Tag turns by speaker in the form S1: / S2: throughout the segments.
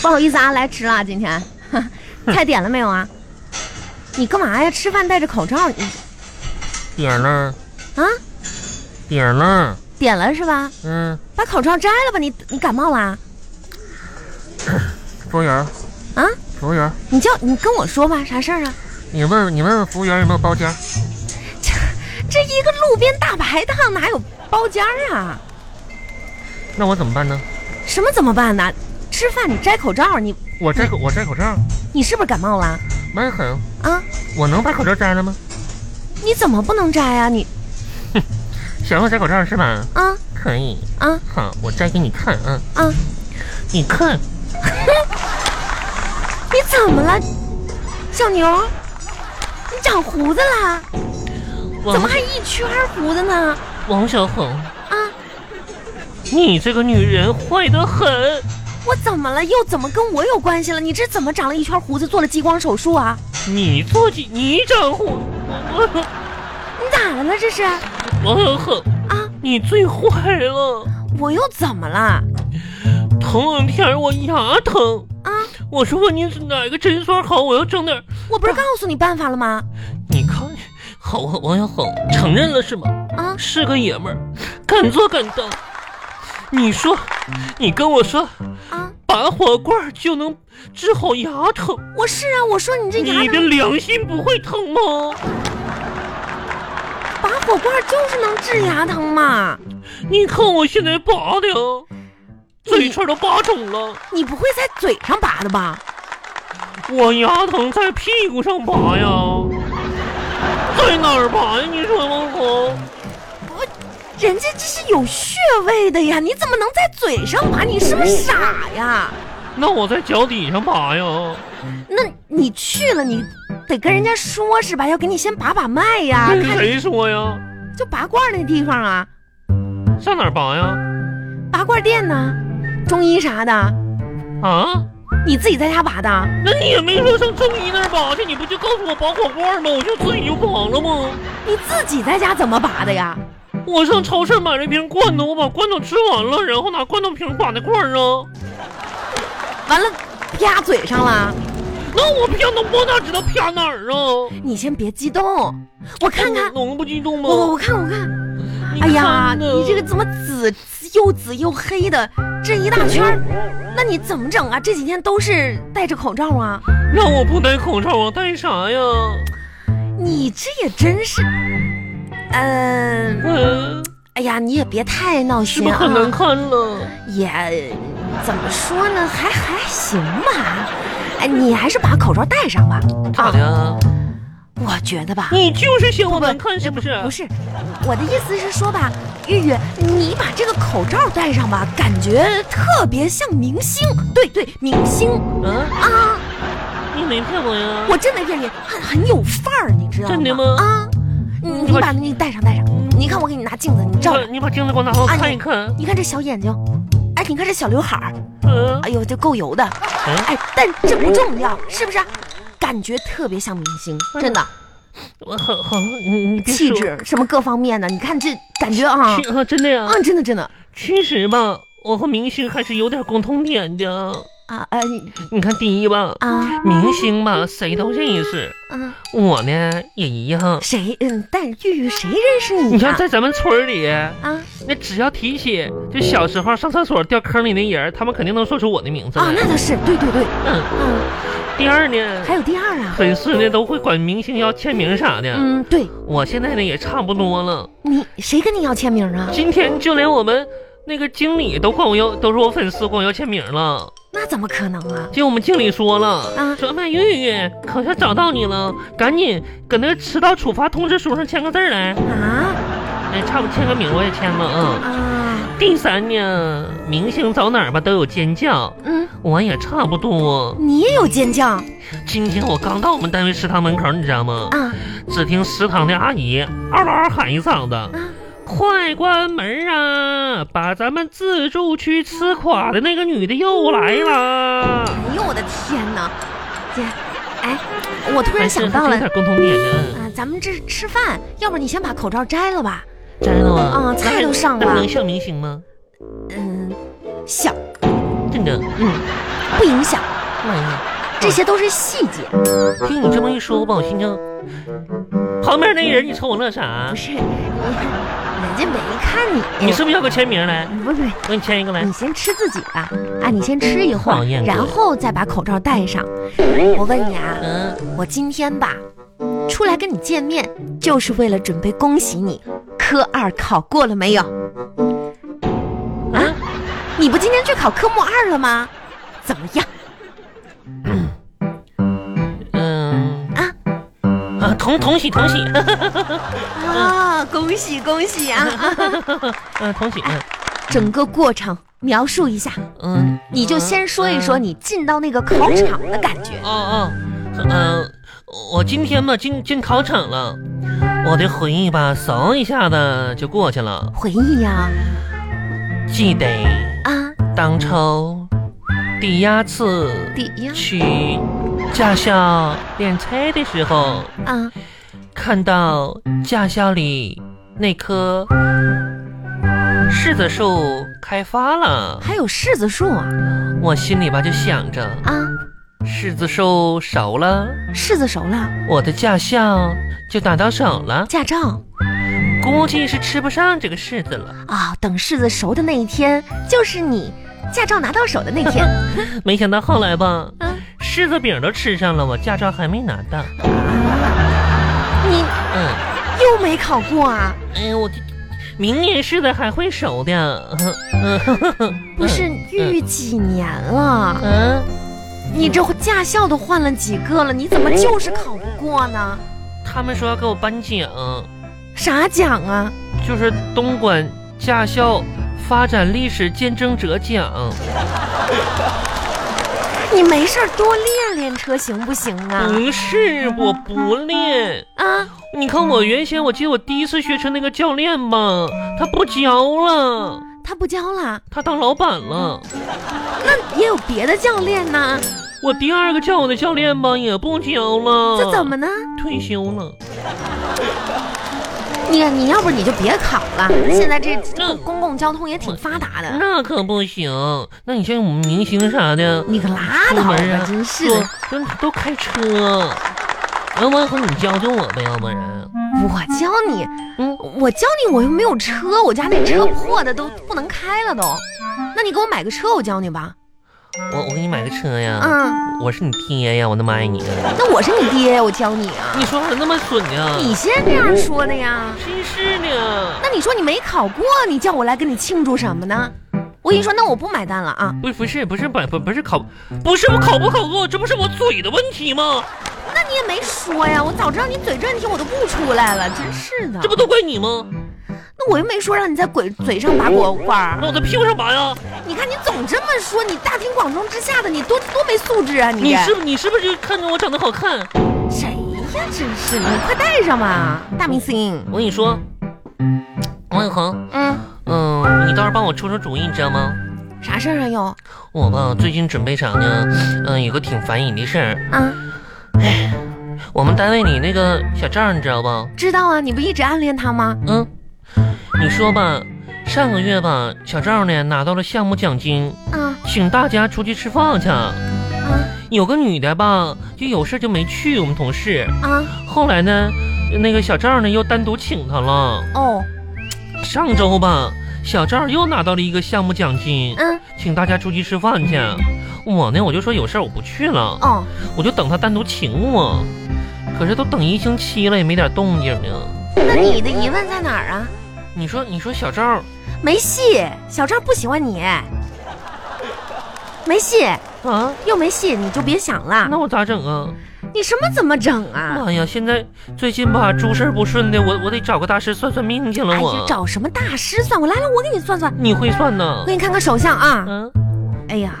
S1: 不好意思啊，来迟了，今天 菜点了没有啊？你干嘛呀？吃饭戴着口罩，你
S2: 点了，
S1: 啊，
S2: 点了，
S1: 点了是吧？
S2: 嗯，
S1: 把口罩摘了吧，啊你你感冒啦？
S2: 服务员，
S1: 啊？
S2: 服务员，
S1: 你叫你跟我说吧，啥事儿啊？
S2: 你问问你问问服务员有没有包间？
S1: 这这一个路边大排档哪有包间儿啊？
S2: 那我怎么办呢？
S1: 什么怎么办呢？吃饭你摘口罩，你
S2: 我摘口我摘口罩，
S1: 你是不是感冒了
S2: 没有，
S1: 啊？
S2: 我能把口罩摘了吗？
S1: 你怎么不能摘啊？你
S2: 想要摘口罩是吧？
S1: 啊
S2: 可以，
S1: 啊
S2: 好，我摘给你看啊，
S1: 啊！
S2: 你看，
S1: 你怎么了，小牛？你长胡子啦？怎
S2: 王
S1: 么还一圈儿胡子呢？
S2: 王小红，
S1: 啊，
S2: 你这个女人坏得很。
S1: 我怎么了？又怎么跟我有关系了？你这怎么长了一圈胡子，做了激光手术啊？
S2: 你做起你长胡，我
S1: 你咋了呢？这是啊？
S2: 王小红，你最坏了。
S1: 我又怎么了？
S2: 疼两天我牙疼，
S1: 啊，
S2: 我说问你哪个诊所好，我要整点。
S1: 我不是告诉你办法了吗？
S2: 你看，好啊，王小红承认了是吗？
S1: 啊，
S2: 是个爷们儿，敢做敢当。你说，你跟我说，
S1: 啊，
S2: 拔火罐儿就能治好牙疼，
S1: 我是啊，我说你这牙
S2: 你的良心不会疼吗？
S1: 拔火罐就是能治牙疼嘛。
S2: 你看我现在拔的啊，嘴唇都拔肿了，
S1: 你不会在嘴上拔的吧？
S2: 我牙疼在屁股上拔呀，在哪儿拔呀？你说王红？
S1: 人家这是有穴位的呀，你怎么能在嘴上拔？你是不是傻呀？
S2: 那我在脚底上拔呀，
S1: 那你去了，你得跟人家说是吧？要给你先把把脉呀，
S2: 跟
S1: 看
S2: 谁说呀？
S1: 就拔罐那地方啊，
S2: 上哪儿拔呀？
S1: 拔罐店呢，中医啥的，
S2: 啊？
S1: 你自己在家拔的，
S2: 那你也没说上中医那儿拔去，你不就告诉我拔火罐吗？我就自己就拔了吗？
S1: 你自己在家怎么拔的呀？
S2: 我上超市买了一瓶罐头，我把罐头吃完了，然后拿罐头瓶把那罐儿啊。
S1: 完了，啪嘴上了。
S2: 那我偏能我哪知道啪哪儿啊？
S1: 你先别激动，我看看，
S2: 能不激动吗？
S1: 我我我看我看。
S2: 你
S1: 哎呀，
S2: 看呢
S1: 你这个怎么紫又紫又黑的，这一大圈儿，那你怎么整啊？这几天都是戴着口罩啊？
S2: 让我不戴口罩，我戴啥呀？
S1: 你这也真是，嗯、
S2: 嗯、
S1: 哎呀，你也别太闹
S2: 是不
S1: 心
S2: 是很难
S1: 啊，
S2: 看了？
S1: 也怎么说呢，还还行吧。哎，你还是把口罩戴上吧。
S2: 咋的、呀？
S1: 我觉得吧，
S2: 你就是嫌我
S1: 啊不
S2: 难看是不是？
S1: 不是，我的意思是说吧，玉玉，你把这个口罩戴上吧，感觉特别像明星。对对，明星。
S2: 啊，
S1: 啊，
S2: 你没骗我呀？
S1: 我真没骗你，很很有范儿，你知道吗？
S2: 真的吗
S1: 啊，你
S2: 嗯
S1: 你把那个戴上戴上，你看我给你拿镜子，你照着
S2: 你把，你把镜子给我拿，我
S1: 啊你
S2: 看一看。
S1: 你看这小眼睛，哎，你看这小刘海儿，
S2: 嗯、
S1: 哎呦，这够油的，哎，但这不重要，是不是？啊感觉特别像明星，真的，
S2: 我好好，
S1: 哦
S2: 你嗯你别
S1: 气
S2: 说
S1: 质什么各方面的，你看这感觉啊，
S2: 其啊，真的呀、
S1: 啊，真的真的
S2: 其实吧，我和明星还是有点共同点的。
S1: 啊，
S2: 呃
S1: 哎
S2: 你看，第一吧，
S1: 啊
S2: 明星吧，谁都认识，
S1: 啊，
S2: 我呢也一样。
S1: 谁？嗯，但玉玉谁认识你
S2: 你像
S1: 啊？
S2: 在咱们村儿里，
S1: 啊
S2: 那只要提起就小时候上厕所掉坑里那人，他们肯定能说出我的名字
S1: 啊，
S2: 来。
S1: 那倒是，对对对，
S2: 嗯，
S1: 嗯，
S2: 第二呢
S1: 还，有第二啊，
S2: 粉丝呢都会管明星要签名啥的。
S1: 嗯，对
S2: 我现在呢也差不多了，
S1: 你谁跟你要签名啊？
S2: 今天就连我们那个经理都管我要，都是我粉丝管我要签名了。
S1: 那怎么可能啊？
S2: 就我们经理说了，
S1: 啊
S2: 说麦玉玉可是找到你了，赶紧搁那个迟到处罚通知书上签个字儿来，
S1: 啊
S2: 哎，差不多签个名我也签了啊。
S1: 啊，
S2: 第三呢，明星走哪儿吧都有尖叫，
S1: 嗯，
S2: 我也差不多。
S1: 你也有尖叫啊
S2: 今天我刚到我们单位食堂门口，你知道吗？只听食堂的阿姨嗷嗷喊一嗓子。
S1: 啊！
S2: 快关门啊！把咱们自助区吃垮的那个女的又来了。
S1: 哎呦我的天哪，姐，哎，我突然想到了
S2: 还是有点共同点呢。
S1: 啊，咱们这吃饭，要不然你先把口罩摘了吧？
S2: 摘了吗？
S1: 哦啊菜都上了
S2: 那能像明星吗？
S1: 嗯，像，
S2: 呢。嗯，
S1: 不影响，
S2: 妈呀，
S1: 这些都是细节。
S2: 听你这么一说吧，我心想，旁边那人你瞅我乐啥
S1: 不？是，你人家没看你，
S2: 你是不是要个签名来？
S1: 不是
S2: 我给你签一个来
S1: 你。先吃自己吧，啊，你先吃一会
S2: 讨
S1: 儿
S2: 厌，鬼
S1: 然后再把口罩戴上。我问你啊，
S2: 嗯，
S1: 我今天吧，出来跟你见面，就是为了准备恭喜你，科二考过了没有？啊，你不今天去考科目二了吗？怎么样
S2: 嗯
S1: 啊？
S2: 啊，同同喜同喜，
S1: 啊，恭喜恭喜啊！啊
S2: 嗯，同喜，嗯
S1: 整个过程描述一下，
S2: 嗯，
S1: 你就先说一说你进到那个考场的感觉。
S2: 哦哦，嗯，我今天嘛进进考场了，我的回忆吧，嗖一下子就过去了。
S1: 回忆呀、
S2: 记得
S1: 啊，
S2: 当初第一次
S1: 第一
S2: 去驾校练车的时候，
S1: 啊，
S2: 看到驾校里那棵柿子树开发了，
S1: 还有柿子树啊
S2: 我心里吧就想着，
S1: 啊，
S2: 柿子树熟了，
S1: 柿子熟了，啊
S2: 我的驾校就打到手了。
S1: 驾照
S2: 估计是吃不上这个柿子了。
S1: 啊，等柿子熟的那一天，就是你驾照拿到手的那天。
S2: 没想到后来吧，
S1: 啊，
S2: 柿子饼都吃上了，我驾照还没拿到。
S1: 你
S2: 嗯，
S1: 又没考过啊？
S2: 哎呀，我这明年柿子还会熟的。 嗯，
S1: 不是，玉玉几年了？
S2: 嗯，
S1: 你这驾校都换了几个了？你怎么就是考不过呢？
S2: 他们说要给我颁奖，
S1: 啥奖啊？
S2: 就是东莞驾校发展历史见证者
S1: 啊
S2: 奖。
S1: 你没事儿多练练车行不行啊？
S2: 不是，我不练。
S1: 啊，
S2: 你看我原先，我记得我第一次学车那个教练吧，他不教了，
S1: 他不教了，
S2: 他当老板了。
S1: 那也有别的教练呢？
S2: 我第二个叫我的教练吧，也不教了，
S1: 这怎么呢？
S2: 退休了？
S1: 你你要不你就别考了，
S2: 嗯
S1: 现在这公公共交通也挺发达的。
S2: 那可不行。那你像我们明星啥的，
S1: 你可拉
S2: 出
S1: 倒吧，
S2: 门啊，
S1: 真是的！
S2: 都都都开车。要不然和你教教我呗，要不然，
S1: 我教你，
S2: 嗯
S1: 我教你，我又没有车，我家那车破的都不能开了都。那你给我买个车，我教你吧。
S2: 我我给你买个车呀。
S1: 嗯，
S2: 我是你爹呀，我那么爱你。啊
S1: 那我是你爹，我教你啊。
S2: 你说话咋那么损呢？
S1: 你先这样说的呀？
S2: 真是的。
S1: 那你说你没考过，你叫我来跟你庆祝什么呢？我跟你说，那我不买单了啊。
S2: 不不是不是不不不是考，不是我考不考过，这不是我嘴的问题吗？
S1: 那你也没说呀，我早知道你嘴这问题，我都不出来了，真是的
S2: 这。不都怪你吗？
S1: 那我又没说让你在鬼嘴上拔果罐儿。
S2: 那我在屁股上拔呀？
S1: 你看你总这么说，你大庭广众之下的，你多多没素质啊！你
S2: 你
S1: 这
S2: 是你是不是就看着我长得好看？
S1: 谁呀？真是的，你快戴上吧，大明星。
S2: 我跟你说，王永恒，
S1: 嗯，
S2: 嗯、你倒是帮我出出主意，你知道吗？
S1: 啥事儿啊又？
S2: 我吧，最近准备啥呢？嗯、有个挺烦人的事儿。
S1: 啊，
S2: 我们单位里那个小赵，你知道吧？
S1: 知道啊，你不一直暗恋他吗？
S2: 嗯，你说吧，上个月吧，小赵呢拿到了项目奖金，
S1: 啊
S2: 请大家出去吃饭去。
S1: 啊
S2: 有个女的吧，就有事就没去，我们同事。
S1: 啊！
S2: 后来呢，那个小赵呢又单独请她了。
S1: 哦，
S2: 上周吧，小赵又拿到了一个项目奖金。
S1: 嗯
S2: 请大家出去吃饭去。我呢，我就说有事儿我不去了，
S1: 哦，
S2: 我就等他单独请我。可是都等一星期了，也没点动静呢。
S1: 那你的疑问在哪儿啊？
S2: 你说，你说小赵，
S1: 没戏，小赵不喜欢你，没戏，
S2: 啊，
S1: 又没戏，你就别想了。
S2: 那我咋整啊？
S1: 你什么怎么整啊？
S2: 妈呀，现在最近吧，诸事不顺的，我我得找个大师算算命去了。
S1: 哎呀
S2: 我，，
S1: 找什么大师算？我来来，我给你算算，
S2: 你会算呢
S1: 我？给你看看手相啊。
S2: 嗯，
S1: 哎呀，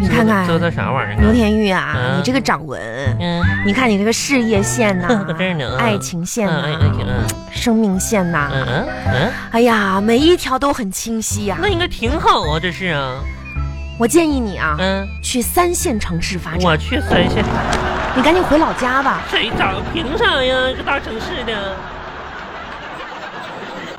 S1: 你看看
S2: 折腾啥玩意儿
S1: 牛
S2: 啊？
S1: 田玉啊，
S2: 嗯
S1: 你这个掌纹，
S2: 嗯，
S1: 你看你这个事业线 呐、
S2: 我这儿呢嗯
S1: 啊爱情啊线
S2: 嗯
S1: 呐、
S2: 哎哎嗯
S1: 生命线呐、
S2: 嗯嗯嗯，
S1: 哎呀，每一条都很清晰呀、
S2: 那应该挺好啊，这是啊。
S1: 我建议你啊，
S2: 嗯，
S1: 去三线城市发展，
S2: 我去三线，
S1: 你赶紧回老家吧。
S2: 谁找凭啥呀？一个大城市的。